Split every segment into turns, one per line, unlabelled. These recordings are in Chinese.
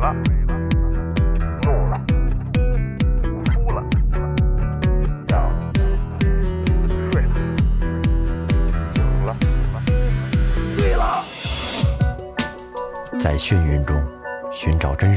了，怒了，哭了，笑了，睡了，醒了，醉了。
在眩晕中寻找真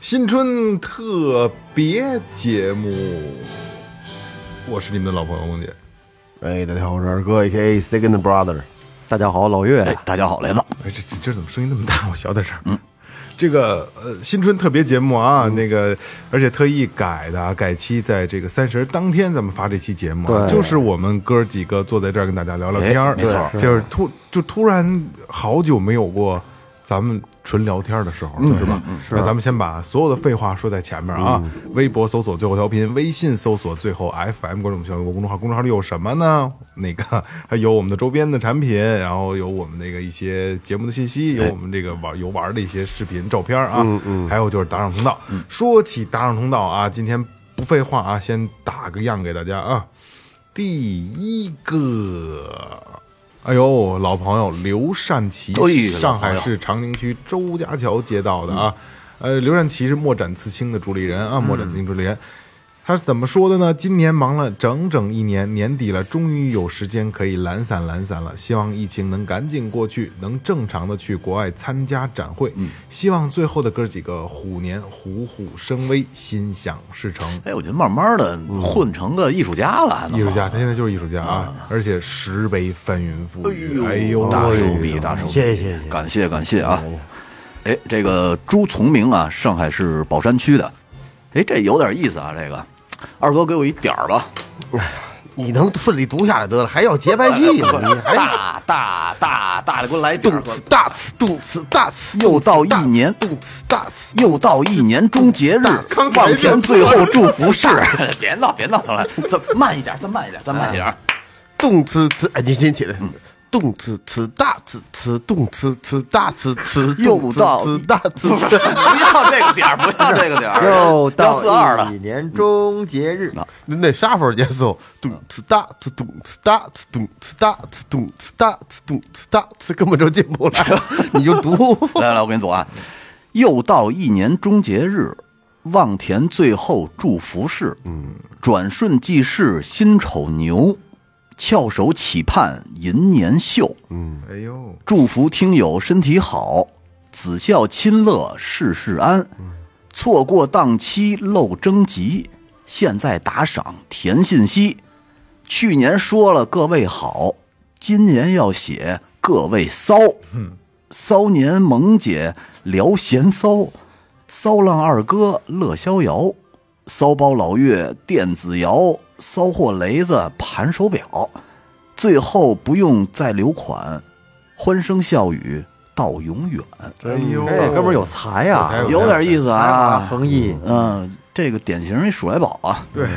新春特别节目，我是你们的老朋友红姐。
哎，大家好，我是二哥，A K A Second Brother。
大家好，老岳。
大家好，雷子。
哎，这这这怎么声音那么大？我 小点声。这个呃，新春特别节目啊，那个而且特意改的，啊，改期在这个三十当天咱们发这期节目啊，
对
就是我们哥几个坐在这儿跟大家聊聊天儿，
哎没错
对就是突就突然好久没有过咱们纯聊天的时候了，是吧？那咱们先把所有的废话说在前面啊，微博搜索最后调频，微信搜索最后 FM 关注我们小公众号，公众号里有什么呢？那个还有我们的周边的产品，然后有我们那个一些节目的信息，有我们这个玩游玩的一些视频、照片啊，嗯嗯，还有就是打赏通道。说起打赏通道啊，今天不废话啊，先打个样给大家啊。第一个，哎呦，老朋友刘善奇
哎，老
上海
朋友
市长宁区周家桥街道的啊。呃，刘善奇是墨展刺青的主理人啊，墨展刺青主理人。他是怎么说的呢？今年忙了整整一年，年底了，终于有时间可以懒散懒散了。希望疫情能赶紧过去，能正常的去国外参加展会。希望最后的哥几个虎年虎虎生威，心想事成。
哎，我觉得慢慢的混成个艺术家了，还能
艺
嗯
术家，他现在就是艺术家啊，而且十杯翻云覆雨，哎呦，
大手笔，大手笔，
谢谢谢
感谢感谢啊！哎，这个朱从明啊，上海市宝山区的，哎，这有点意思啊，这个二哥给我一点儿吧，
你能顺利读下来得了，还要节拍器呢？你还
大大大大的给我来一点儿
哎动，词大词动词大词，
又到一年
动词大词。
又到一年终结日，
刚才
望
就
前最后祝福是， 别闹别闹，哎来，再慢一点，再慢一点，再慢一点，
动词词，哎，你先起来。动词词大词词动词词大词词
又
动词
到
词大词
不
词，
要这个点儿，不要这个点 儿，
又
幺四二
到
了
一。年终结日，
您得沙佛节奏，动词大词动词大词动词大词动词大词动词大词，根本就进不 来，你就读。
来来，我给你读啊。又到一年终结日，望田最后祝福是，嗯，转瞬即逝辛丑牛，翘首企盼寅年秀，
哎呦，
祝福听友身体好，子孝亲乐事事安，错过档期漏征集，现在打赏填信息。去年说了各位好，今年要写各位骚。骚年萌姐聊闲骚，骚浪二哥乐逍遥，骚包老岳电子摇，骚货雷子盘手表，最后不用再留款，欢声笑语到永远，啊
哎呦，
哎，哥们儿有才呀、
有才
有点意思
啊，
啊。
恒毅，
嗯，这个典型一数来宝啊，
对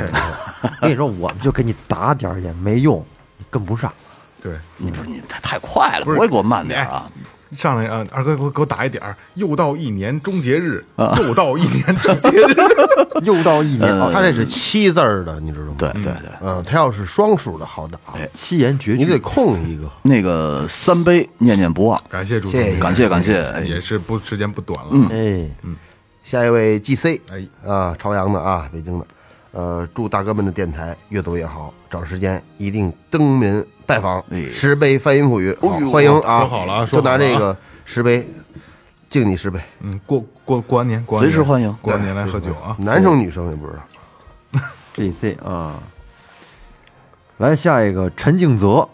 我跟你说，我们就给你打点儿也没用，你跟不上。
对，
你不是你太太快了，
不是
我也给我慢点啊。
上来啊，二哥给我给我打一点儿，又到一年终结日， 又到一年终结日，
又到一年，
哦他这是七字儿的，你知道吗？
哎
对，对对，
嗯，他要是双数的好打，
七言绝
你得
句，
空一个。
那个三杯念念不忘，
感谢主持
谢
人，
谢
感谢感谢，哎
嗯也是不时间不短了，
哎，
下一位 G C，
哎
啊，朝阳的啊，北京的，呃，祝大哥们的电台越走越好，找时间一定登门拜访，
哎
十杯翻云覆雨，好欢迎啊！
哎说好了啊
就
说好了啊
拿这个十杯敬你十杯，
嗯，过过过完年，过完
随
年
时欢迎
过完年来喝酒啊，
男生女生也不知道，
G C 啊，来下一个陈敬泽，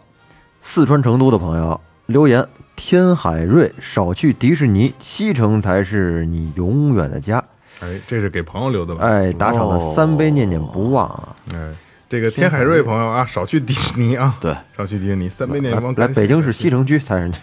四川成都的朋友留言：天海瑞，少去迪士尼，七成才是你永远的家。
哎，这是给朋友留的吧？
哎，打赏的三杯念念不忘啊！
哎，这个天海瑞朋友啊，少去迪士尼啊，
对，
少去迪士尼，三杯念
来
光
来北京市西城区才是你。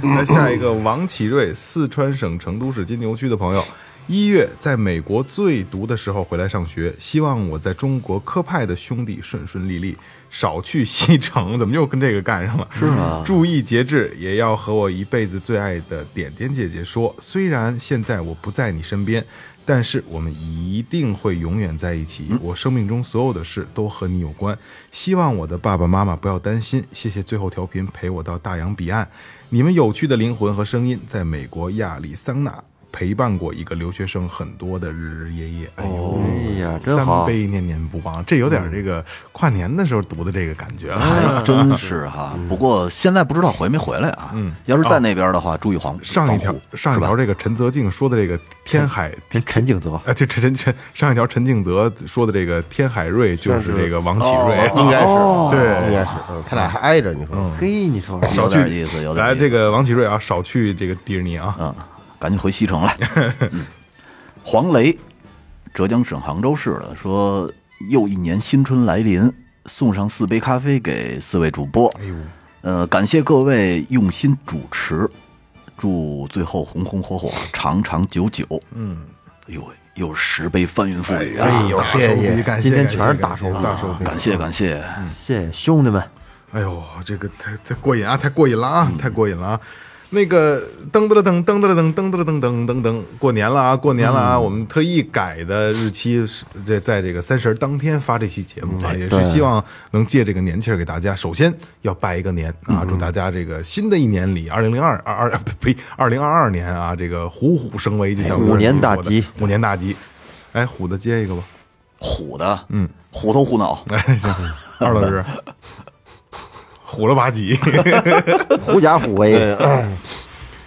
那下一个王启瑞，四川省成都市金牛区的朋友，一月在美国最毒的时候回来上学，希望我在中国科派的兄弟顺顺利利，少去西城。怎么又跟这个干上了？是
吗
注意节制，也要和我一辈子最爱的点点姐姐说，虽然现在我不在你身边。但是我们一定会永远在一起。我生命中所有的事都和你有关。希望我的爸爸妈妈不要担心。谢谢最后调频陪我到大洋彼岸，你们有趣的灵魂和声音，在美国亚利桑那陪伴过一个留学生很多的日日夜夜。哎呦，
哎呀，真
三
好，
杯念念不忘，这有点这个跨年的时候读的这个感觉啊
哎
了。
还真是哈。
嗯
不过现在不知道回没回来啊。嗯，要是在那边的话，注意防
哦上一条
防护
上一条这个陈泽静说的这个天海
陈哎陈景泽，
啊，就陈陈陈上一条陈静泽说的这个天海瑞就是这个王启瑞，
哦
应该是，
哦对嗯
应该是，嗯他俩还挨着，你说
嘿，你说说
有点意思，有点
来
意思。
这个王启瑞啊，少去这个迪士尼啊。
嗯，赶紧回西 城来。嗯、黄雷，浙江省杭州市的，说又一年新春来临，送上四杯咖啡给四位主播。哎呦，呃，感谢各位用心主持，祝最后红红火 火，长长久久。嗯，哎呦喂，又是十杯翻云
哎
覆雨啊！
哎呦，谢谢，感谢，
今天
感谢
全是
感
大
谢
收
大收
感谢感谢，
谢谢兄弟们，
哎呦，这个太太过瘾啊，太过瘾了啊，
嗯
太过瘾了啊！那个噔噔噔噔噔噔噔噔噔噔噔噔，过年了啊，过年了
嗯
啊！我们特意改的日期是这在这个三十儿当天发这期节目
嗯
啊，也是希望能借这个年气儿给大家。首先要拜一个年
嗯
啊，祝大家这个新的一年里，二零零二二二呸，二零二二年啊，这个虎虎生威，就像
虎年大
我说的
吉，
虎年大吉。哎，虎的接一个吧，
虎的，嗯，虎头虎脑，
哎， 行二老师，虎了吧唧。
狐假虎威，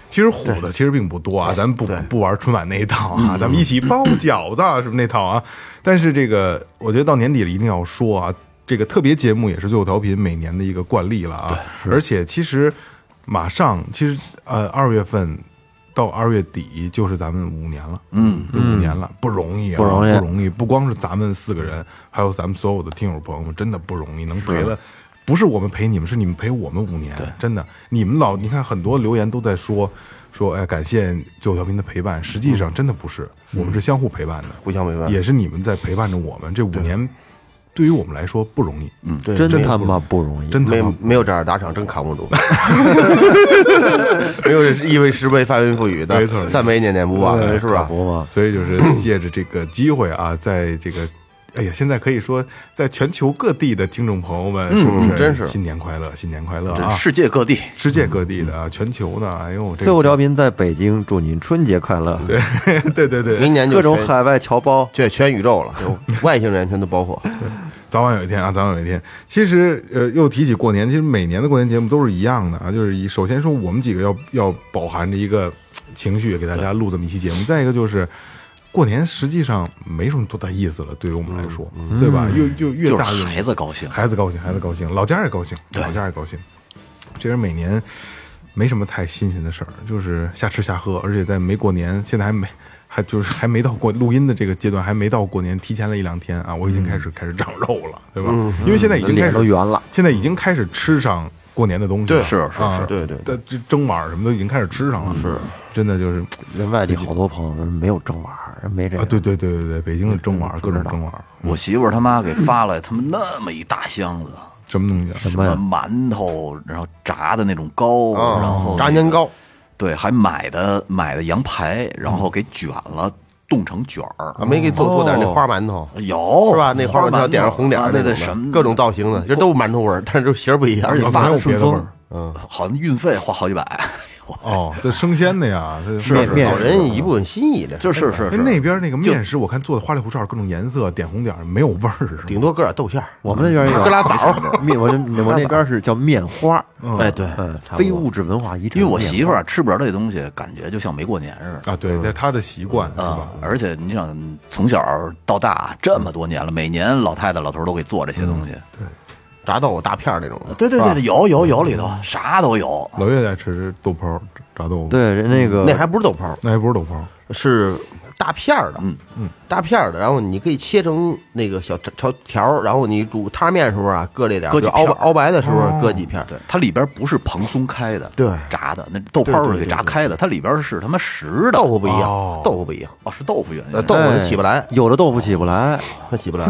其实虎的其实并不多啊，咱们不不玩春晚那一套啊，咱们一起包饺子啊什么那套啊。但是这个，我觉得到年底了一定要说啊，这个特别节目也是最后调频每年的一个惯例了啊。而且其实马上，其实呃二月份到二月底就是咱们五年了，嗯，五年了，不容易啊，
不容易
不容易。不光是咱们四个人，还有咱们所有的听友朋友们，真的不容易，能陪了。不是我们陪你们，是你们陪我们五年，真的。你们老，你看很多留言都在说，说哎，感谢九条民的陪伴。实际上真的不是，我们是相互陪伴的，
互相陪伴
也是你们在陪伴着我们。这五年，对于我们来说不容易，嗯，
对，
真
没
他妈不容易，
真的
没。没有这样打赏，真扛不住。 没有一为十杯翻云覆雨的，
没错
三杯念念不忘，是不是？
服吗？
所以就是借着这个机会啊，在这个，哎呀，现在可以说在全球各地的听众朋友们，是不是？
真是
新年快乐，新年快乐
这
啊！
世界各地
世界各地的啊，全球的，哎呦，这
最后
个
调频在北京，祝您春节快乐，
对对对，
明年就
各种
全
海外侨胞，
对全宇 宙了，就外星人全都包括。
早晚有一天啊，早晚有一天。其实呃，又提起过年，其实每年的过年节目都是一样的啊，就是以首先说我们几个要要饱含着一个嘖情绪给大家录这么一期节目，再一个就是。过年实际上没什么多大意思了，对于我们来说，对吧？越就越
就是
大越
孩子高兴，
孩子高兴，孩子高兴，老家也高兴，老家也高兴。其实每年没什么太新鲜的事儿，就是瞎吃瞎喝，而且在没过年，现在还没，还就是还没到过录音的这个阶段，还没到过年，提前了一两天啊，我已经开始、开始长肉了，对吧？因为现在已经开
脸
始
都圆了，
现在已经开始吃上过年的东西了，
对是是
啊
是对对
但这蒸碗什么都已经开始吃上了，是真的就是
人外地好多朋友说没有正碗儿，没这
啊，
个，
对对对对对，北京的蒸碗，各种蒸碗，
我媳妇儿他妈给发了他们那么一大箱子，
什么东西啊？
什
什
么
么
呀？
馒头，然后炸的那种糕，
啊
然后
炸年糕，
对，还买的买的羊排，然后给卷了，冻成卷儿。
啊，没给做做点那花馒头，
有
是吧？那花
哦馒
馒头
头
点上红点儿
啊
那
对
种的，
对，什么
各种，造型的，这都是馒头味儿，但是就形儿不一样。
而且发
没有
的
别
顺
的味
丰
儿，
嗯，好像运费花好几百，
哦，这生鲜的呀，这是
面面
老人一部分心意，这
就是是是是，
那哎那边那个面食，我看做的花里胡哨，各种颜色、点红点儿，没有味儿，是吗
顶多搁点豆馅儿。
我们那边有
疙瘩枣儿，
面，我就我那边是叫面花，
哎，对，
嗯，非物质文化遗产。
因为我媳妇儿啊吃不着这东西，感觉就像没过年似的。
啊，对，
嗯
这是他的习惯是
啊
吧？，
而且你想，从小到大这么多年了，每年老太太老头儿都给做这些东西。
炸豆腐大片儿那种的，
对对对，有有有里头啥都有，
老岳爱吃豆泡儿炸豆腐，，
对那个
那还不是豆泡儿，
那还不是豆泡儿，
是大片儿的，嗯嗯，大片儿的，然后你可以切成那个小条条儿，然后你煮汤面的时候啊，搁这点儿，
搁几
就熬
片儿哦
熬白的时候搁几片儿，
对，它里边不是蓬松开的，
对
炸的，那豆泡儿是给炸开的，它里边是他妈实的，
豆腐不一样
哦，
豆腐不一样，
哦，是豆腐原
呃
因，
豆腐起不来
哎，有的豆腐起不来，
它起不来，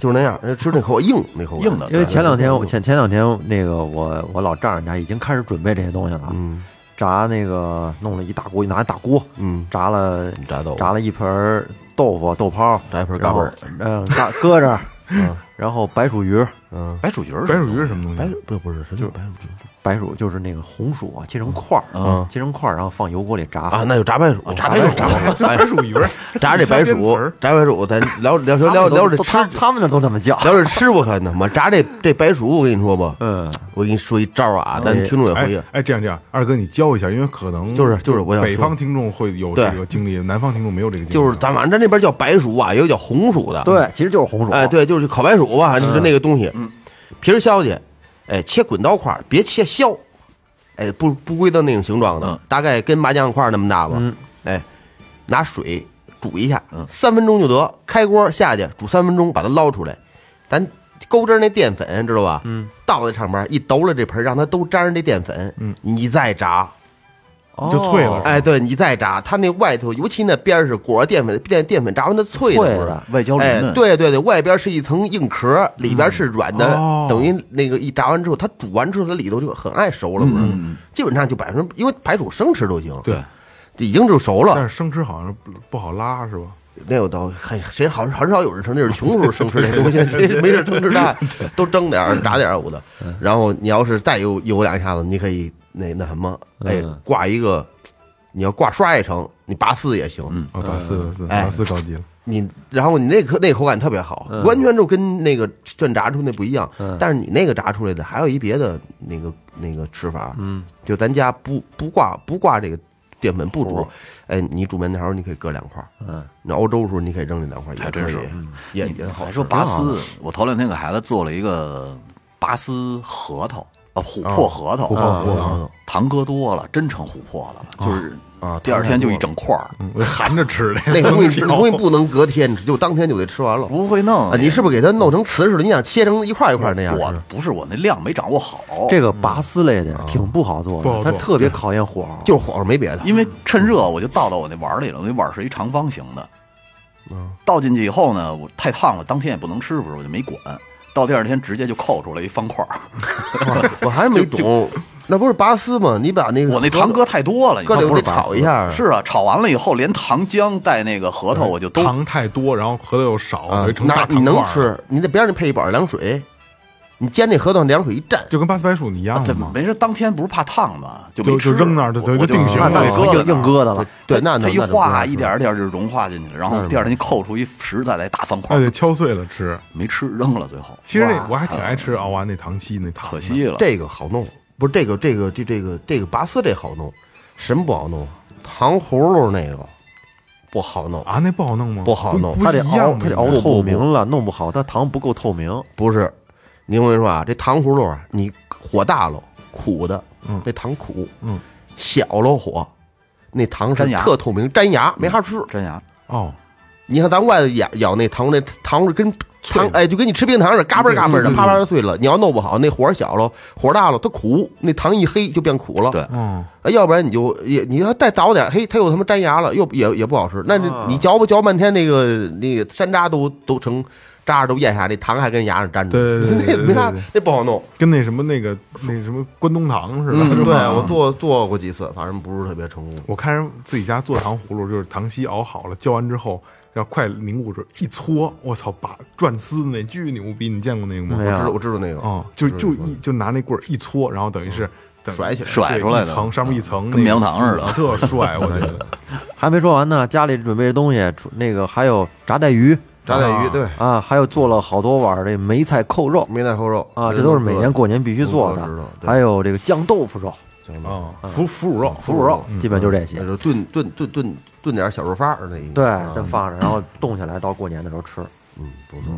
就是那样，吃那口硬，那口
硬的
因为前两天我前前两天那个我我老丈人家已经开始准备这些东西了，嗯，炸那个弄了一大锅，拿一大锅，
嗯
炸了
炸豆腐
炸了一盆儿豆腐豆泡，
炸一盆儿嘎
然
嘣
后
儿
嗯，炸 搁这儿，嗯，然后白薯鱼，
白薯角儿是吧，
白薯鱼是什么
白
东西？啊
薯不是不是，它就是白薯 汁
白薯就是那个红薯啊，切成块儿，
嗯
切成块儿，然后放油锅里炸
啊，那就炸白薯，炸
白
炸白薯，
白薯 鱼儿，
炸 这白薯，炸白薯，咱聊聊聊聊聊这吃，
他他们那都这么叫，
聊这吃不可能嘛，炸这这白薯，我跟你说吧，
嗯，
我给你说一招啊，咱听众也
哎
会用。
哎，这样这样，二哥你教一下，因为可能
就是就是我想
北
说
方听众会有这
对
个经历，南方听众没有这个经历。啊
就是咱反正那边叫白薯啊，也有叫红薯的。，
对，其实就是红薯，
哎，，对，就是烤白薯吧，就是那个东西，皮儿削去，哎，切滚刀块儿，别切削，哎，不不规则那种形状的
嗯，
大概跟麻将块儿那么大吧，哎，拿水煮一下，三分钟就得，开锅下去煮三分钟，把它捞出来，咱勾汁儿那淀粉知道吧？嗯，倒在上面一抖了这盆儿，让它都沾上这淀粉，嗯，你再炸，
啊
就脆了
哎，对你再炸，它那外头，尤其那边儿是裹着淀粉，淀淀粉炸完它脆
脆
不是
的
外焦里
哎
嫩，，
对对对，外边是一层硬壳，里边是软的，
哦
等于那个一炸完之后，它煮完之后，它里头就很爱熟了，不是？基本上就百分之，因为白薯生吃都行，
对，
已经就熟
但
了。
是生吃好像不不好拉是吧？
那有道，很谁好像很少有人生，那是穷时候生吃这东西，谁没事生吃它，都蒸点儿炸点儿捂的。然后你要是再有有两下子，你可以那那什么，哎
嗯，
挂一个，你要挂刷也成，你拔丝也行，
啊，八四八四
哎
八四高级了，
你然后你那口那口感特别好，
嗯
完全就跟那个卷炸出那不一样。但是你那个炸出来的还有一别的那个那个吃法，嗯，就咱家不不挂不挂这个淀粉不煮，哎，你煮面条你可以搁两块，嗯，你熬粥的时候你可以扔这两块，也
还真
可以
是嗯
也也好
还
吃
说拔丝，我头两天给孩子做了一个拔丝核桃，啊，琥珀核
嗯
桃，琥啊
珀核桃，
糖搁多了，真成琥珀了，就是
啊
第二天就一整块儿，
我含着吃的。
嗯那个东西那东西不能隔天，就当天就得吃完了。
不会弄哎
啊，你是不是给它弄成瓷似的？你想切成一块一块那样？
我不是我那量没掌握好，
这
嗯
个拔丝类的挺不好做
不好
的，
做
它特别考验火候，
就是火候没别的，
因为趁热我就倒到我那碗儿里了，我那碗儿是一长方形的，
啊
倒进去以后呢，我太烫了，当天也不能吃，不是我就没管，到第二天直接就扣出来一方块儿，
我还没懂，那不是拔丝吗？你把那个
我那糖搁太多了，你
搁
知道
里头
吗
得炒一下，
是啊，炒完了以后连糖浆带那个核桃我就都
糖太多，然后核桃又少，
啊
等于，成
那
大
你
糖
能
罐儿了，
吃，你得别让你配一碗凉水，你煎那核桃凉水一蘸，
就跟八四白薯你一样
这
的吗？
啊没事，当天不是怕烫嘛，就
就
没
就
吃，
扔那儿就
我
就
我
定型
那
了
我就
那就
搁
硬硬
搁
疙瘩了。
对，那
它啊它
能
一
那能不
化
让吃
一点儿一点儿就融化进去了，然后第二天就扣出一实在的大方块
那
儿，
得敲碎了吃。
没吃扔了，最后
其实那我还挺爱吃熬啊完那糖稀那糖的，
可惜了。
这个好弄，不是这个这个这这个这个拔丝这好弄，什么不好弄？糖葫芦那个不好弄，
啊，那不好弄吗？
不好弄
不
它
是
得
一样
熬，
吗
它得熬
不
透明了，弄不好它糖不够透明。
不是。你我跟你说啊，这糖葫芦啊，你火大了苦的，嗯，那糖苦，嗯，小了火，那糖是
粘牙
特透明，粘牙没法吃。
真牙
哦，
你看咱外头咬咬那糖，那糖是跟糖哎，就跟你吃冰糖似的，嘎嘣儿嘎嘣儿的，啪啪的碎了。你要弄不好，那火儿小了，火儿大了，它苦，那糖一黑就变苦了。
对
嗯，
哎，要不然你就也你要再早点，嘿，它又他妈粘牙了，又也也不好吃。那你你嚼吧嚼半天，那个那个山楂都都成渣儿都咽下，那糖还跟牙上粘着，
对对对对
那没啥
对对对，
那不好弄。
跟那什么那个那什么关东糖似的，
嗯对
是吧？
我做做过几次，反正不是特别成功。
我看人自己家做糖葫芦，就是糖稀熬好了，浇完之后要快凝固时一搓，我操，把转丝那巨牛逼，你见过那个吗？
没
我
有
知道我知道那个，
嗯啊，就嗯就一就拿那棍儿一搓，然后等于是等
甩起来
甩出来的嗯
对一层上面一层，
跟棉花糖似的
那个丝 特帅，我觉得。
还没说完呢，家里准备的东西，除那个还有炸带鱼
炸带鱼对，
啊，还有做了好多碗儿这梅菜扣肉
梅菜扣肉
啊，这都是每年过年必须
都
做
知道
的。
对
还有这个酱豆腐肉、
嗯
啊，腐腐乳肉，
腐乳肉，基本就这些
那。就炖炖炖炖炖点小肉发儿那一
对，
啊
再放着，然后冻起来，到过年的时候吃。
嗯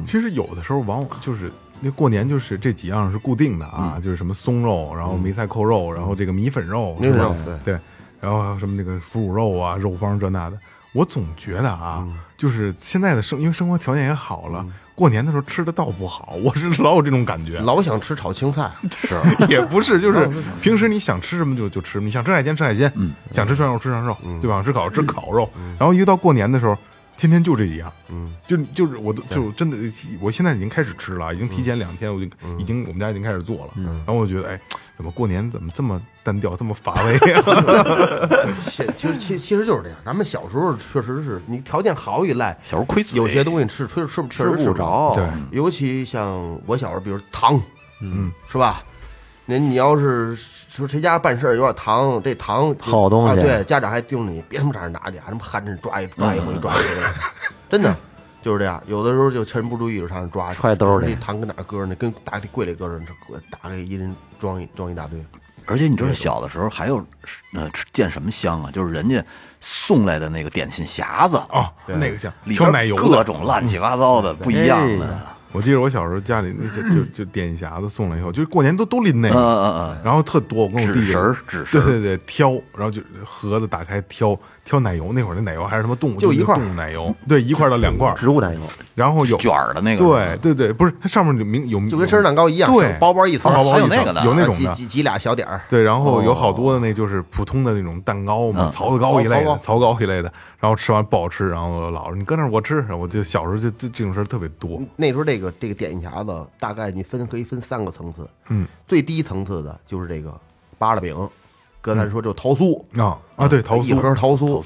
其实有的时候往往就是那过年就是这几
嗯
样是固定的啊，就是什么松肉，然后梅菜扣肉，然后这个米粉肉，
米粉
是吧
肉对
对。然后还有什么那个腐乳肉啊、肉方这那的。我总觉得啊，就是现在的生，因为生活条件也好了，过年的时候吃的倒不好，我是老有这种感觉。
老想吃炒青菜，是
也不是，
哦
就是平时你想吃什么就就吃什么，你想吃海鲜吃海鲜，
嗯
想吃涮肉吃涮肉，对吧？想吃烤肉吃烤肉，然后一到过年的时候，天天就这一样，
嗯
就就是我都就真的，我现在已经开始吃了，已经提前两天
嗯
我就已经我们家已经开始做了，然后我觉得哎，怎么过年怎么这么单调，这么乏 味啊？
现其实其其实就是这样。咱们小时候确实是你条件好以赖，
小时候亏损
有些东西吃吃吃不
吃不着，
对，
尤其像我小时候，比如糖，嗯，是吧？那你要是说谁家办事儿有点糖，这糖就
好东西
啊对，家长还叮嘱你别他妈上人拿去，啊还他妈含着抓一抓一
嗯
回 抓一回，真的就是这样。有的时候就趁不注意就上那抓去，
揣兜里
这糖搁哪儿搁着呢？跟大柜里搁着呢，这打开一人装一装一大堆。
嗯
而且你知道，小的时候还有呃吃见什么香啊？就是人家送来的那个点心匣子，
哦，那个像
里
挑
边
奶油的嗯哎
各种乱七八糟的不一样的，
我记得我小时候家里那些就就点匣子送来以后，就是过年都都拎那
嗯
个，
嗯嗯，
然后特多。我跟我弟
纸
弟
绳儿纸绳
对
儿
对对，挑，然后就盒子打开挑挑奶油。那会儿那奶油还是什么动物，
就一
是
块儿
动物奶油，对，一块儿到两块儿。
植物奶油，
然后有
卷儿的那个，
对对对，不是它上面有明有
就跟生日蛋糕一样，
对，
薄薄一层，
薄薄
还有
一层
那个的啊
有那种
啊几
的。
几几俩小点儿，
对，然后有好多的那就是普通的那种蛋糕
哦
嘛，槽子糕一类的，槽糕一类的，然后吃完不好吃，然后老师你搁那儿我吃，我就小时候就就这种事儿特别多，
那时候这个这个点心匣子，大概你分可以分三个层次。嗯，最低层次的就是这个扒拉饼，刚才说就桃酥，
啊啊对，嗯桃
嗯一
酥
盒桃酥，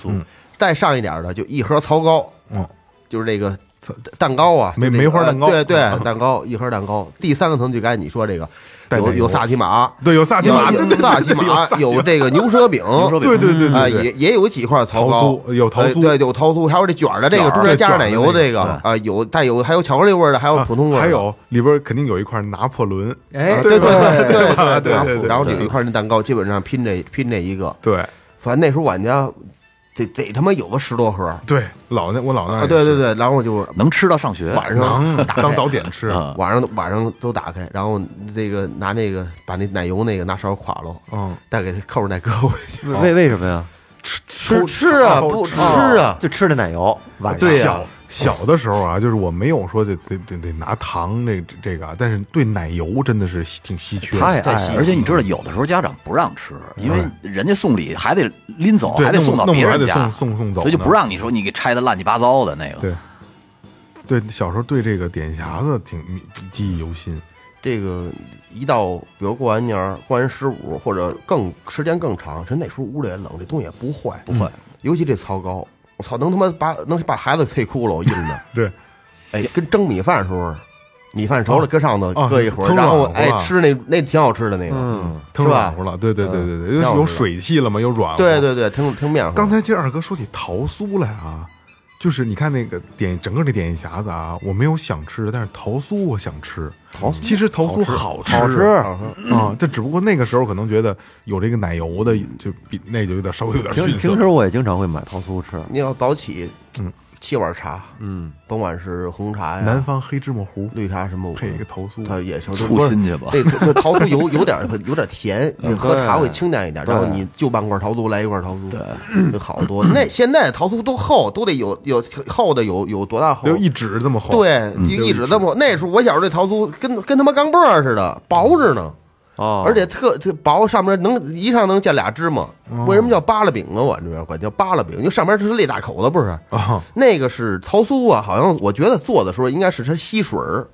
再上一点的就一盒桃糕，
嗯，
就是这个
草
蛋糕啊，
梅
就这个
梅花蛋糕嗯
呃对对，蛋糕一盒蛋糕。第三个层次就该你说这个
带奶
有
油
有萨琪玛，
对，有萨琪玛，
有
对对对
萨 琪玛，有这个牛舌饼，
对对对
啊，
对对
也，也有几块桃
桃
糕，
酥有桃酥
哎对，有桃酥，还有这卷儿的这
卷
个
儿
中间加上奶油
对
这个啊，有带有还有巧克力味儿的，还有
啊
哦普通味儿的，
还有里边肯定有一块拿破仑，
啊
哎
对对
对吧
对
对对对
然后有一块那蛋糕，基本上拼这拼这一个，
对
反正那时候俺家得得他妈有个十多盒啊，
对，老那我老那儿也
对对
哎是
对，然后就
能吃到上学，
晚上
能当早点吃，
啊
晚上晚上都打开，然后这个拿那个把那奶油那个拿勺垮喽，
嗯，
再给它扣着奶胳膊去，
为为什么呀？吃吃啊，不吃
啊
就吃的奶油，晚上
对呀
小小的时候啊，就是我没有说得得得得拿糖这这这个啊，但是对奶油真的是挺稀缺的，
太
太
爱
稀
了，
了
而且你知道，有的时候家长不让吃，因为人家送礼还得拎走，
嗯对
还得送到
弄
别
弄完
人
得
家，
送送送走
所以就
呢
不让你说你给拆的乱七八糟的那个。
对对，小时候对这个点匣子挺记忆犹新，
这个一到比如过完年儿、过完十五或者更时间更长，其实那时候屋里也冷，这东西也不坏，不坏。尤其这糟糕，我操，能他妈把能把孩子啐窟 窿硬的，
对，
哎，跟蒸米饭的时候，米饭熟了搁上头
哦
搁一会儿，
腾
然后
软乎
哎
了
吃那那挺好吃的那个，
嗯，
腾
是吧
软乎了，对对对对对，
嗯
有
挺好
有
吃的
水汽了嘛，有软乎，
对对对，挺挺面糊。
刚才这二哥说起桃酥来啊，就是你看那个点整个那点心匣子啊，我没有想吃的，但是桃酥我想吃。桃酥其实桃酥好吃，
好吃
啊！这只不过那个时候可能觉得有这个奶油的，就比那就有点稍微有点
平
逊色
平时。我也经常会买桃酥吃，
你要早起，
嗯，
沏碗茶，
嗯，
甭管是红茶呀、
南方黑芝麻糊
哎绿茶什么，
配一个桃酥，
它也成
醋心去吧
这这桃酥有有点有点 甜，你喝茶会清淡一点。然后你就半罐桃酥来一罐桃酥，对，好多。那现在桃酥都厚，都得有有厚的有有多大厚
就？一指这么厚。
对，就一指这么厚。那时候我小时候这桃酥跟跟他妈钢镚儿似的，薄着呢，
哦，
而且特特薄，上面能一上能见俩芝麻。为什么叫扒拉饼啊？我这边管叫扒拉饼，就上面是裂大口子，不是？
啊，
那个是桃酥啊，好像我觉得做的时候应该是它吸水儿，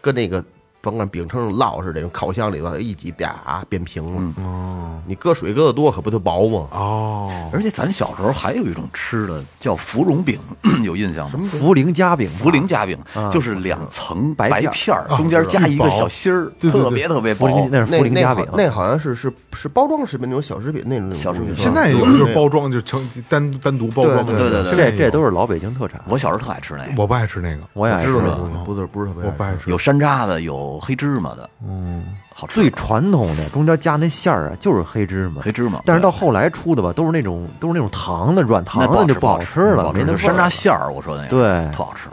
跟那个甭管饼铛烙似的，烤箱里头一挤啪变平了。哦，你搁水搁的多可不就薄吗？
哦，
而且咱小时候还有一种吃的叫芙蓉饼， 有印象吗？
茯苓夹饼吧，
茯苓夹饼
啊
就是两层
白
白
片儿
片儿，中间加一个小心儿，
对对
特别特别薄
茯。苓那是
那
茯苓
那
夹
好
饼，
那好像是是是包装食品那种小食品那种
小食品
是吧
现在有就是包装，就成单单独包装的。
对对对对
现在
这
有
这都是老北京特产，
我小时候特爱吃那个，
我不爱吃那个，
我也爱
知道
吃。
吗？不是不是特别
我不爱吃
有。山楂的，有黑芝麻的，嗯，好吃。
最传统的中间加那馅儿啊，就是黑芝麻，
黑芝麻
但是到后来出的吧，都是那种都是那种糖的软
那
糖的，就
不
不
好
好
吃
了，没那
就
味儿
山楂馅儿，我说那个
对
特好吃。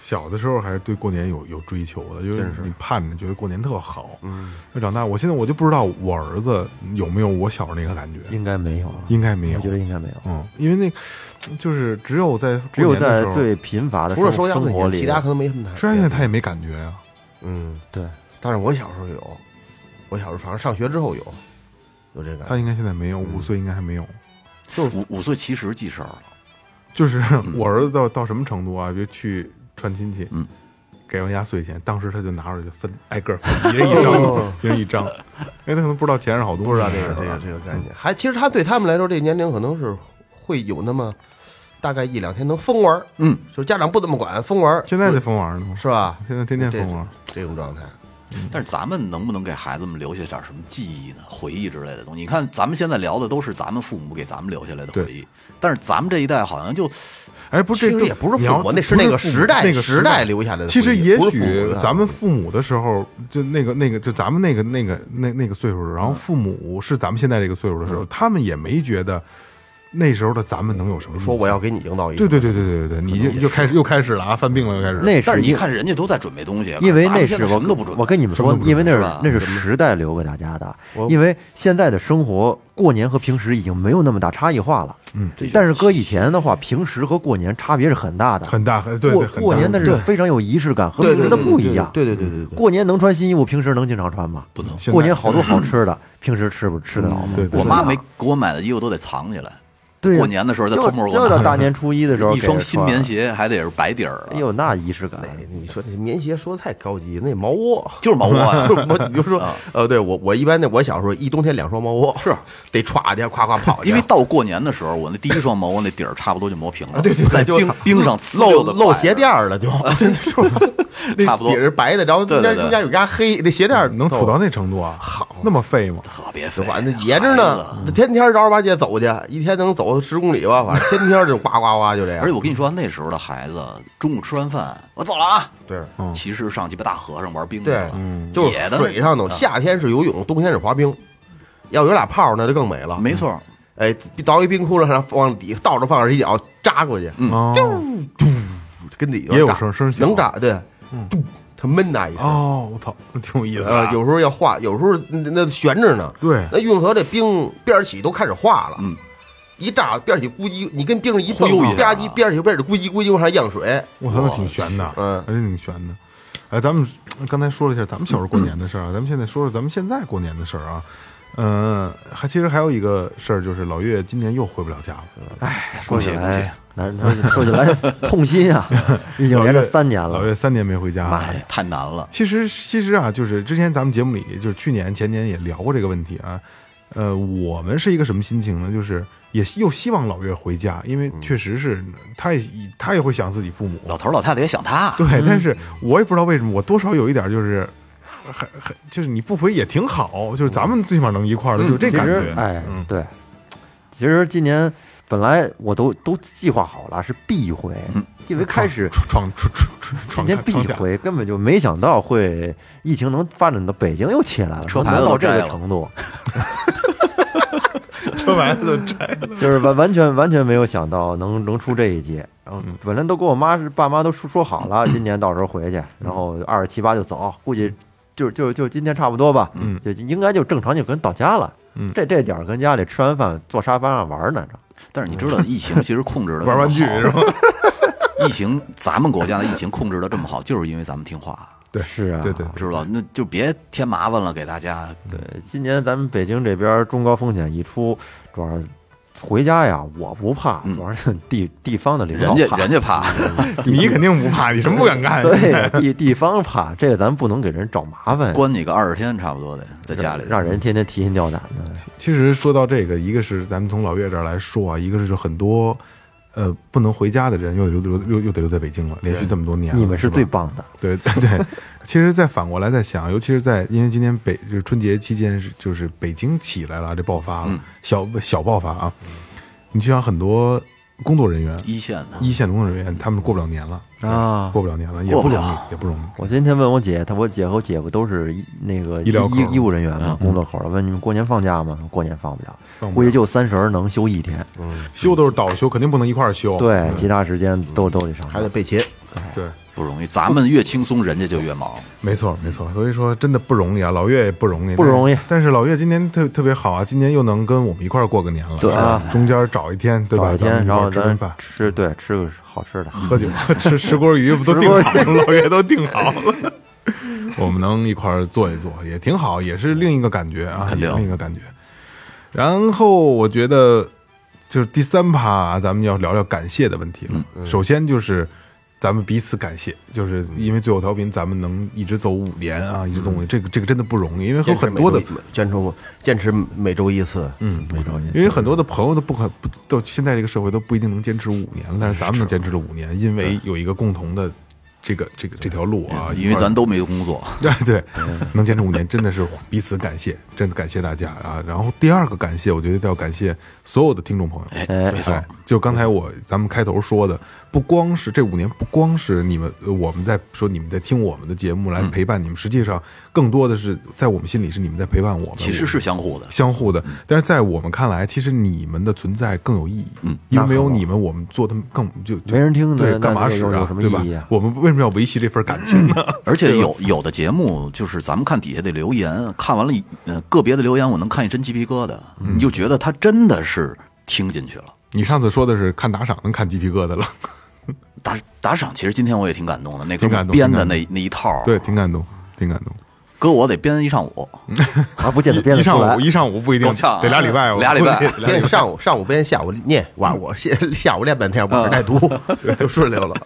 小的时候还是对过年有有追求的，就是你盼着觉得过年特好。嗯，那长大，我现在我就不知道我儿子有没有我小时候那个感觉，
应该没有了，
应该没有
我觉。得应该没有，
嗯，因为那，就是只有在过
只有
年的
在
时候
最贫乏的
除了收
生
压岁
生活
钱，
里，
其他可能没什么太。
吃完现在他也没感觉啊。
嗯，
对，
但是我小时候有，我小时候反正上学之后有，有这个
他应该现在没有，五岁应该还没有。
五五岁其实记事儿了，
就是我儿子到到什么程度啊？就去串亲戚，
嗯，
给完压岁钱，当时他就拿出来就分，挨个儿分，一人一张， 一人一张，因为他可能不知道钱是好东西，啊
不知道这个这
是吧嗯
个这个概念。还其实他对他们来说，这年龄可能是会有那么大概一两天能疯玩儿，
嗯，
就是家长不怎么管，疯玩儿
现在在疯玩呢吗？
是吧？
现在天天疯玩，
这种状态，
但是咱们能不能给孩子们留下点什么记忆呢？回忆之类的东西？你看，咱们现在聊的都是咱们父母给咱们留下来的回忆，但是咱们这一代好像就
哎，不是，
其
这
实
都
也不是
你要
父母那是
不
那个
父母
时代
那个
时代留下来的
其实
回忆
也
不是父
许
母的
咱们父母的时候，就那个那个，就咱们那个那个那那个岁数，
嗯
然后父母是咱们现在这个岁数的时候，他们也没觉得那时候的咱们能有什么。
说我要。给你营造一个
对对对对对对对，你就又开始又开始了啊，犯病了又开始。
那
但是
是
你
因
看人家都在准备东西，啊
因为那
咱们
是
现在什
我
么都不准备。
我跟你们说，因为那
是
是
吧
那是时代留给大家的
我，
因为现在的生活过年和平时已经没有那么大差异化了。嗯，但是搁以前的话，平时和过年差别是很大的。
很大，很对
过
对，很
过
大
年那是非常有仪式感，和平时的不一样。
对对对对对，
过年能穿新衣服，平时能经常穿吗？不能。
嗯
过年好多好 吃的，平时吃不吃得了吗？
对
我妈没给我买的衣服都得藏起来，
对呀
过年的时候再
就
偷摸给
就
我
到
拿
大年初一的时候，
一双新棉。鞋还得是白底儿啊
哎
的，
呦，那仪式感，
哎你说这棉鞋说的太高级，那毛窝。
就是毛啊窝呀
就是我，你就说，呃，对我，我一般那我小时候一冬天两双毛窝，是 得歘去，夸夸跑去，
因为到过年的时候，我那第一双毛，我那底儿差不多就磨平了，
对对对
在
就
冰冰上呲溜
露
的啊
露鞋垫儿了就， 那
差不多
底是白的，然后中
对对
间
对嗯
中间有一家黑，那鞋垫儿
能
透
处到那程度啊？好，那么废吗？
特别
就
肥，啊
反正爷着呢
孩子。，
天天绕着八街走去，一天能走十公里吧，反正天天就呱呱呱就这样。
而且我跟你说，那时候的孩子中午吃完饭，我走了啊，
对
其实上鸡巴大河上玩冰去
对
了，，
就是
野的嗯
水上弄，夏天是游泳，冬天是滑冰，要有俩泡儿那就更美了。
没错，
哎，倒一冰窟窿上往底倒着放上一脚扎过
嗯
去，
哦
嗯跟底头
也有
扎
声声响嗯
能扎对，嘟，它闷呐一声。
哦，我操，那挺有意思的
呃
啊。，
有时候要化，有时候那那悬着呢。
对
那运河这冰边儿起都开始化了，
嗯，
一炸边儿起咕叽，你跟冰上一
忽悠一
蹦，
下啊
吧唧边儿起边儿起咕叽咕叽往上漾水，
我操，那挺悬的，啊
嗯
还真挺悬的。哎，咱们刚才说了一下咱们小时候过年的事儿啊，咱们现在说说咱们现在过年的事儿啊。嗯，还其实还有一个事儿，就是老岳今年又回不了家了。
说起
恭喜
来，难 说起来痛 心啊，已经
老
连
岳
着三年
老
了。
岳三年没回家了。
妈呀！
哎太难了。
其实其实啊，就是之前咱们节目里，就是去年前年也聊过这个问题啊。呃，我们是一个什么心情呢？就是也又希望老岳回家，因
嗯
为确实是他也他也会想自己父 母，
老头儿老太太也想他，
对，但是我也不知道为什么，我多少有一点就是，还还就是你不回也挺好，就是咱们最起码能一块儿，有这
其
感
实
觉，。
哎
嗯，
对，其实今年本来我都都计划好了是必回，
嗯
因为开始
闯闯闯闯
今年
闯
必
闯下，
回，根本就没想到会疫情能发展到北京又起来了，
车
能
牌子
到
都
这
摘
个
了
程度，
车牌子都摘了。
就是完完全完全没有想到能能出这一劫。然后本来都跟我妈是爸妈都说说好了，今年到时候回去，然后二十七八就走，估计就就就今天差不多吧，
嗯
就就应该就正常就跟到家了。
嗯
这这点儿跟家里吃完饭坐沙发上玩儿呢，
但是你知道疫情其实控制的
玩玩具是吧？
疫情咱们国家的疫情控制的这么好，就是因为咱们听话，
对，
是啊
对对，
知道？那就别添麻烦了给大家。
对，呃今年咱们北京这边中高风险一出，主要是回家呀，我不怕，
嗯
主要是地地方的领导
人家
怕，
人家怕，
你肯定不怕，你什么不敢干？
对地地方怕，这个咱不能给人找麻烦，
关你个二十天差不多的，在家里
让人天天提心吊胆的。
其实说到这个，一个是咱们从老岳这儿来说啊，一个是很多呃不能回家的人又得留留又又得留在北京了，连续这么多年了，
你们是
吧
最棒的，
对 对对，其实再反过来再想，尤其是在因为今天北就是春节期间是就是北京起来了，这爆发了，
嗯
小小爆发啊！你就像很多工作人员，
一线的。
一线工作人员，他们过不了年了
啊
过不了年了，也
过
不
不
容
了
易，也不容易。
我今天问我姐，她我姐和我姐夫都是医那个
医疗口啊
医医务人员嘛，工作口的。问你们过年放假吗？过年放不
放
了，
不
估计
了
就三十儿能休一天，
休都是倒休，肯定不能一块儿休。嗯
对，其他时间都都得上班。
还得备勤。
对，
不容易。咱们越轻松，人家就越忙。
没错没错。所以说真的不容易啊，老岳也不容易，
不容易
但是但是老岳今年特特别好啊，今年又能跟我们一块儿过个年了，
对啊
是中间找一天对吧？
找一
咱
天，
们
然后
一块儿吃顿
咱
饭。嗯
吃，对，吃个好吃的。
喝酒、 吃石锅鱼不都定好了？老岳都定好了， 我们能一块儿坐一坐也挺好，也是另一个感觉啊，
肯定
也另一个感觉。然后我觉得就是第三趴、啊，咱们要聊聊感谢的问题了。首先就是咱们彼此感谢，就是因为最后调频咱们能一直走五年啊，一直走五年，这个这个真的不容易，因为有很多的
坚持坚持每周一次，嗯，
因为很多的朋友都不可不到现在这个社会都不一定能坚持五年
嗯
了，但是咱们能坚持了五年，因为有一个共同的这个这个这条路啊，
因为咱都没工作，
对 对
嗯
能坚持五年，真的是彼此感谢，真的感谢大家啊。然后第二个感谢，我觉得要感谢所有的听众朋友，
哎，没错
哎，就刚才我咱们开头说的，不光是这五年，不光是你们，呃我们在说你们在听我们的节目来陪
嗯
伴你们，实际上更多的是在我们心里是你们在陪伴我们，
其实是相互的。
相互的。但是在我们看来，其实你们的存在更有意义，嗯，因为没有你们，我们做的更就就
没人听呢
对，
那
干嘛
这个
使
有
啊
什？么
对吧
意义啊？
我们为什么要维系这份感 情呢？
而且有有的节目就是咱们看底下的留言，看完了一呃个别的留言，我能看一身鸡皮疙瘩，
嗯
你就觉得他真的是听进去了。
你上次说的是看打赏能看鸡皮疙 瘩了，
打打赏，其实今天我也挺感动的，那哥
挺
们儿
感动
编的
挺感动
那那一套，
对，，嗯挺感动，挺感动。
哥我得编一上午，
啊，不见得编
一
得出
上
来
午，。一上午不一定
够呛啊
得俩礼拜， 我
俩礼拜
估计俩礼
练上午上午编，下午念，哇，我下 下午练半天，我这带读
啊
就顺溜了。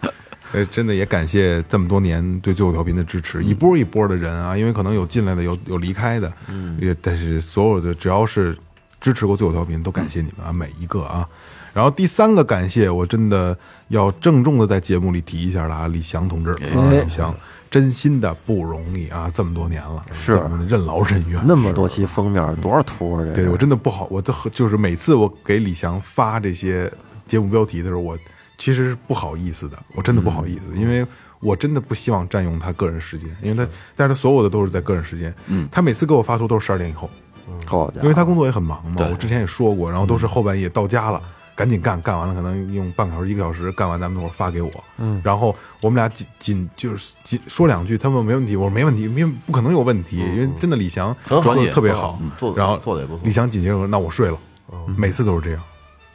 呃，真的也感谢这么多年对最后调频的支持，一波一波的人啊，因为可能有进来的，有有离开的，嗯，也但是所有的只要是支持过最后调频，都感谢你们啊，每一个啊。然后第三个感谢，我真的要郑重的在节目里提一下了啊，李翔同志啊，李翔真心的不容易啊，这么多年了，
是
这么多任劳任怨，
那么多期封面，多少图啊？这
对
个
我真的不好，我都和就是每次我给李翔发这些节目标题的时候，我其实是不好意思的，我真的不好意思，因为我真的不希望占用他个人时间，因为他但是他所有的都是在个人时间，嗯，他每次给我发图都是十二点以后，
好家
因为
伙，
他工作也很忙嘛，我之前也说过，然后都是后半夜到家了。赶紧干，干完了可能用半个小时、一个小时干完，咱们等会儿发给我。嗯，然后我们俩仅仅就是仅说两句，他们没问题，我说没问题，没不可能有问题，因为真的李翔
很好
装的特别好
嗯，做得
然后
做得也不错
李翔紧接着说：“那我睡了。”每次都是这样，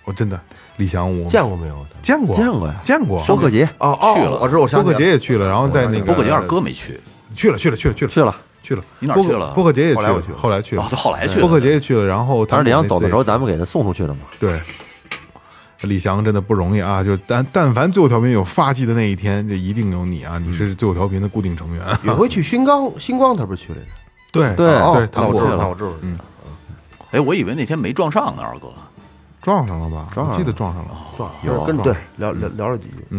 我真的李翔我
见过没有？
见过
见过呀
见过
播客节
哦哦
去了
我知道，
播
我想
客
起
节
来了
也去了，然后在那个
不过有二哥没去，
去了去了去了去了
去了，
去了，
你哪儿去了
播客节也去
后来我
了
去，了
后来去了
哦，他，后来去
播客
了，
节也去了，然后
当
他
时
们
李阳
那次
走的
也
时
去
候，
了
咱们给他送出去了嘛。
对，李翔真的不容易啊！就是但但凡最后调频有发迹的那一天，这一定有你啊！你
嗯
是最后调频的固定成员。
有回去新钢，新钢他不是去了？
对
对哦
对，
那
他
我
过
知
来
道，
了
那我知道。嗯，
哎，我以为那天没撞上呢，二哥。
撞上了吧？
撞
我
上了
记得撞上了。
撞嗯有跟对聊聊聊了几句，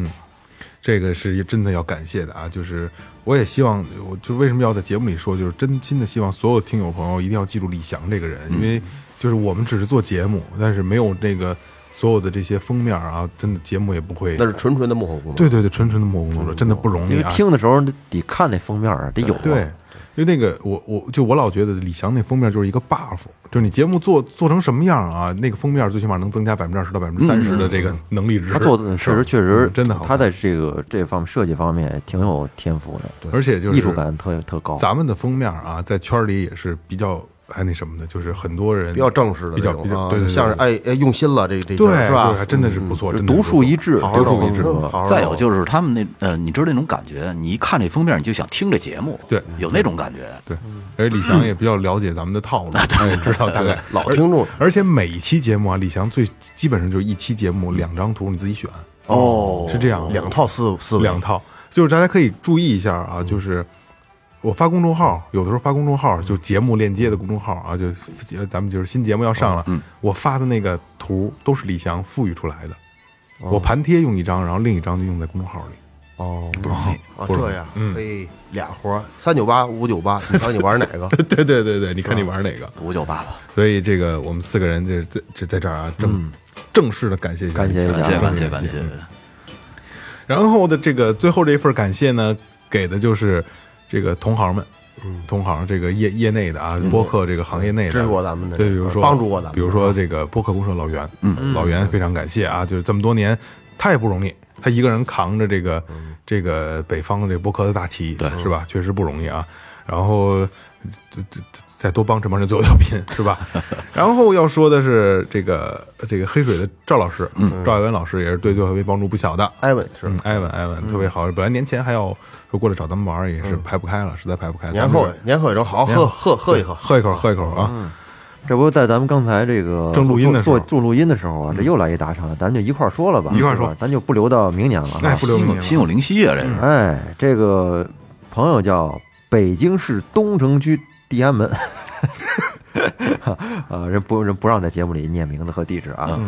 这个是真的要感谢的啊！就是我也希望，我就为什么要在节目里说，就是真心的希望所有听友朋友一定要记住李翔这个
嗯
人，因为就是我们只是做节目，但是没有这个所有的这些封面啊，真的节目也不会
那。是纯纯的幕后工作。
对对对，纯纯的默工作者，真的不容
因
易
为
啊！
听的时候得看那封面啊，得有啊
对，因为那个我我就我老觉得李翔那封面就是一个 buff，就是你节目做做成什么样啊，那个封面最起码能增加百分之二十到百分之三十
嗯
的这个能力值。
他做的确实确实
嗯真的好看
他在这个这方面设计方面挺有天赋的，
而且就是
艺术感特特高。
咱们的封面啊，在圈里也是比较还那什么的，就是很多人
比较正式的
比较
这种
比较
啊
对对对
像是哎哎用心了，这这
对
事儿是
就是还
吧？
真的是不错，真的是
嗯独
不
树
错
一帜，
好好
独树一
弄
帜
嗯好好
再有
弄
就是他们那呃，你知道那种感觉，你一看这封面你就想听这节目，
对
有那种感觉。
对，而且李
嗯
翔也比较了解咱们的套 路，他也知道大概
老听众
而。而且每一期节目啊，李翔最基本上就是一期节目两张图，你自己选
哦
是这样的，
两套思思维，
两套，就是大家可以注意一下啊，就是我发公众号，有的时候发公众号就节目链接的公众号啊，就呃咱们就是新节目要上了，我发的那个图都是李翔赋予出来的，我盘贴用一张，然后另一张就用在公众号里。
哦，
不容易，
啊
不嗯容易
这样，哎，俩活儿三九八五九八，你瞧你玩哪个？
对对对对，你看你玩哪个？
五九八吧，
啊所以这个我们四个人就是在这在这儿啊，正正式的感谢一下啊
感谢一下
感谢
嗯
感谢感谢。
然后的这个最后这一份感谢呢，给的就是这个同行们，同行这个业业内的啊，播客这个行业内的
嗯
啊
支持过咱们的
对，比如说
帮助过咱
嗯
们嗯
比如说这个播客公社老袁，嗯，老袁非常感谢啊，就是这么多年他也不容易，他一个人扛着这个
嗯
这个北方的这个播客的大旗，对，是吧？确实不容易啊。然后这这这再多帮这帮人做调频， 是吧？然后要说的是这个这个黑水的赵老师，
嗯
赵爱文老师也是对最后一帮助不小的。
艾文是吧，
嗯，艾文，艾文特别好。本来年前还要说过来找咱们玩儿，也是排不开了，实在排不开。
嗯年后年后也正好好喝喝喝一喝，嗯
喝一口，喝一口啊！
这不是在咱们刚才这个
正录音的时候嗯
做做录音的时候啊，这又来一大厂，咱就一块儿说了吧，
一块儿
是吧
说哎
咱就不留到明年了啊。
那也不留
心
名
有心有灵犀啊，这是
哎，这个朋友叫北京市东城区地安门， 啊，人不人不让在节目里念名字和地址啊。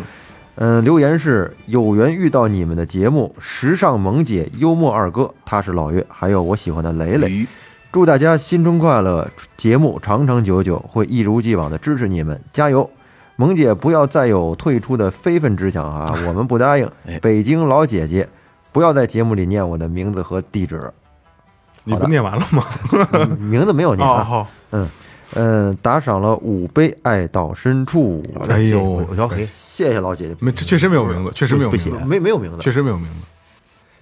嗯，留言是有缘遇到你们的节目，时尚萌姐、幽默二哥，他是老岳，还有我喜欢的雷雷。
鱼
祝大家新春快乐，节目长长久久，会一如既往的支持你们，加油！萌姐不要再有退出的非分之想 啊，我们不答应
哎。
北京老姐姐，不要在节目里念我的名字和地 址，
你不念完了吗？
嗯名字没有念
哦，
啊。
好，
嗯，打赏了五杯，爱到深处。
哎呦，
我小黑。
谢谢老姐姐，
没，这确实没有名字，确实没有名
嗯不嗯
字，
没没有名字
确，实没有名字。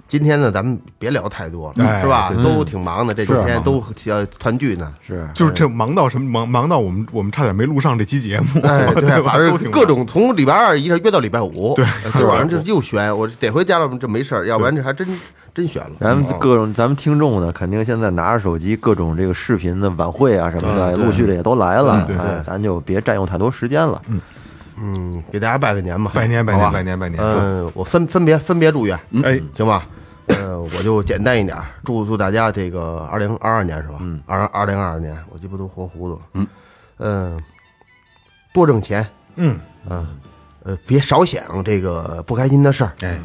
今天呢，咱们别聊太多了，
哎
是吧？
对啊
都挺忙的，这几
是
天都要团聚呢。
是
就是这忙到什么忙忙到我们我们差点没录上这期节目，
哎，
对吧？
反
都
正
挺
各种从礼拜二一下约到礼拜五，对，是 吧？
是吧
这又悬，我得回家了，这没事儿，要不然这还真真悬了。
咱们
哦
各种咱们听众呢，肯定现在拿着手机各种这个视频的晚会啊什么的，陆续的也都来了，
对对
哎，咱就别占用太多时间了。
嗯，给大家拜个年吧，
拜年拜
好吧
年拜年拜年
嗯，我分分别分别祝愿，
哎，
行吧？呃，我就简单一点儿，祝祝大家这个二零二二年是吧？嗯，二二零二二年，我鸡巴都活糊涂了。嗯，嗯，多挣钱，
嗯
呃，别少想这个不开心的事儿。
哎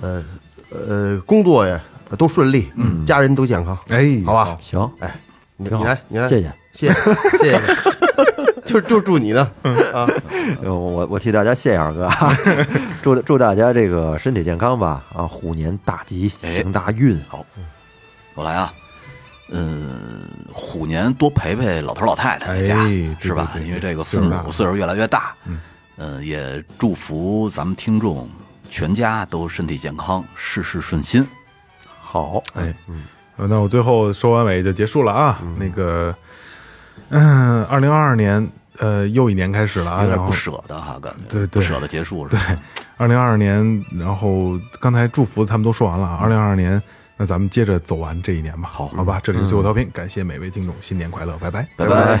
呃呃，工作呀呃都顺利，嗯，家人都健康，
哎，
好吧？
行，
哎，你
挺好
你来，你来，
谢谢。
谢谢谢 谢，就就祝你呢啊！
呃我我替大家谢谢二哥啊， 祝祝大家这个身体健康吧啊，虎年大吉，行大运。好，
我来啊，呃，虎年多陪陪老头老太太在家，
哎对
是吧？
对对
因为这个
岁
父
数大
母
了
岁数越来越大，嗯，呃，也祝福咱们听众全家都身体健康，事事顺心。
好，
哎，呃那我最后说完尾就结束了啊。那个，嗯，二零二二年，呃，又一年开始了啊。
有点
然后
不，舍得哈，感觉
对对
不舍得结束是吧？
二零二二年，然后刚才祝福他们都说完了啊。二零二二年，那咱们接着走完这一年吧。好，好吧，这里是最后调频，感谢每位听众，新年快乐，拜拜。
拜拜。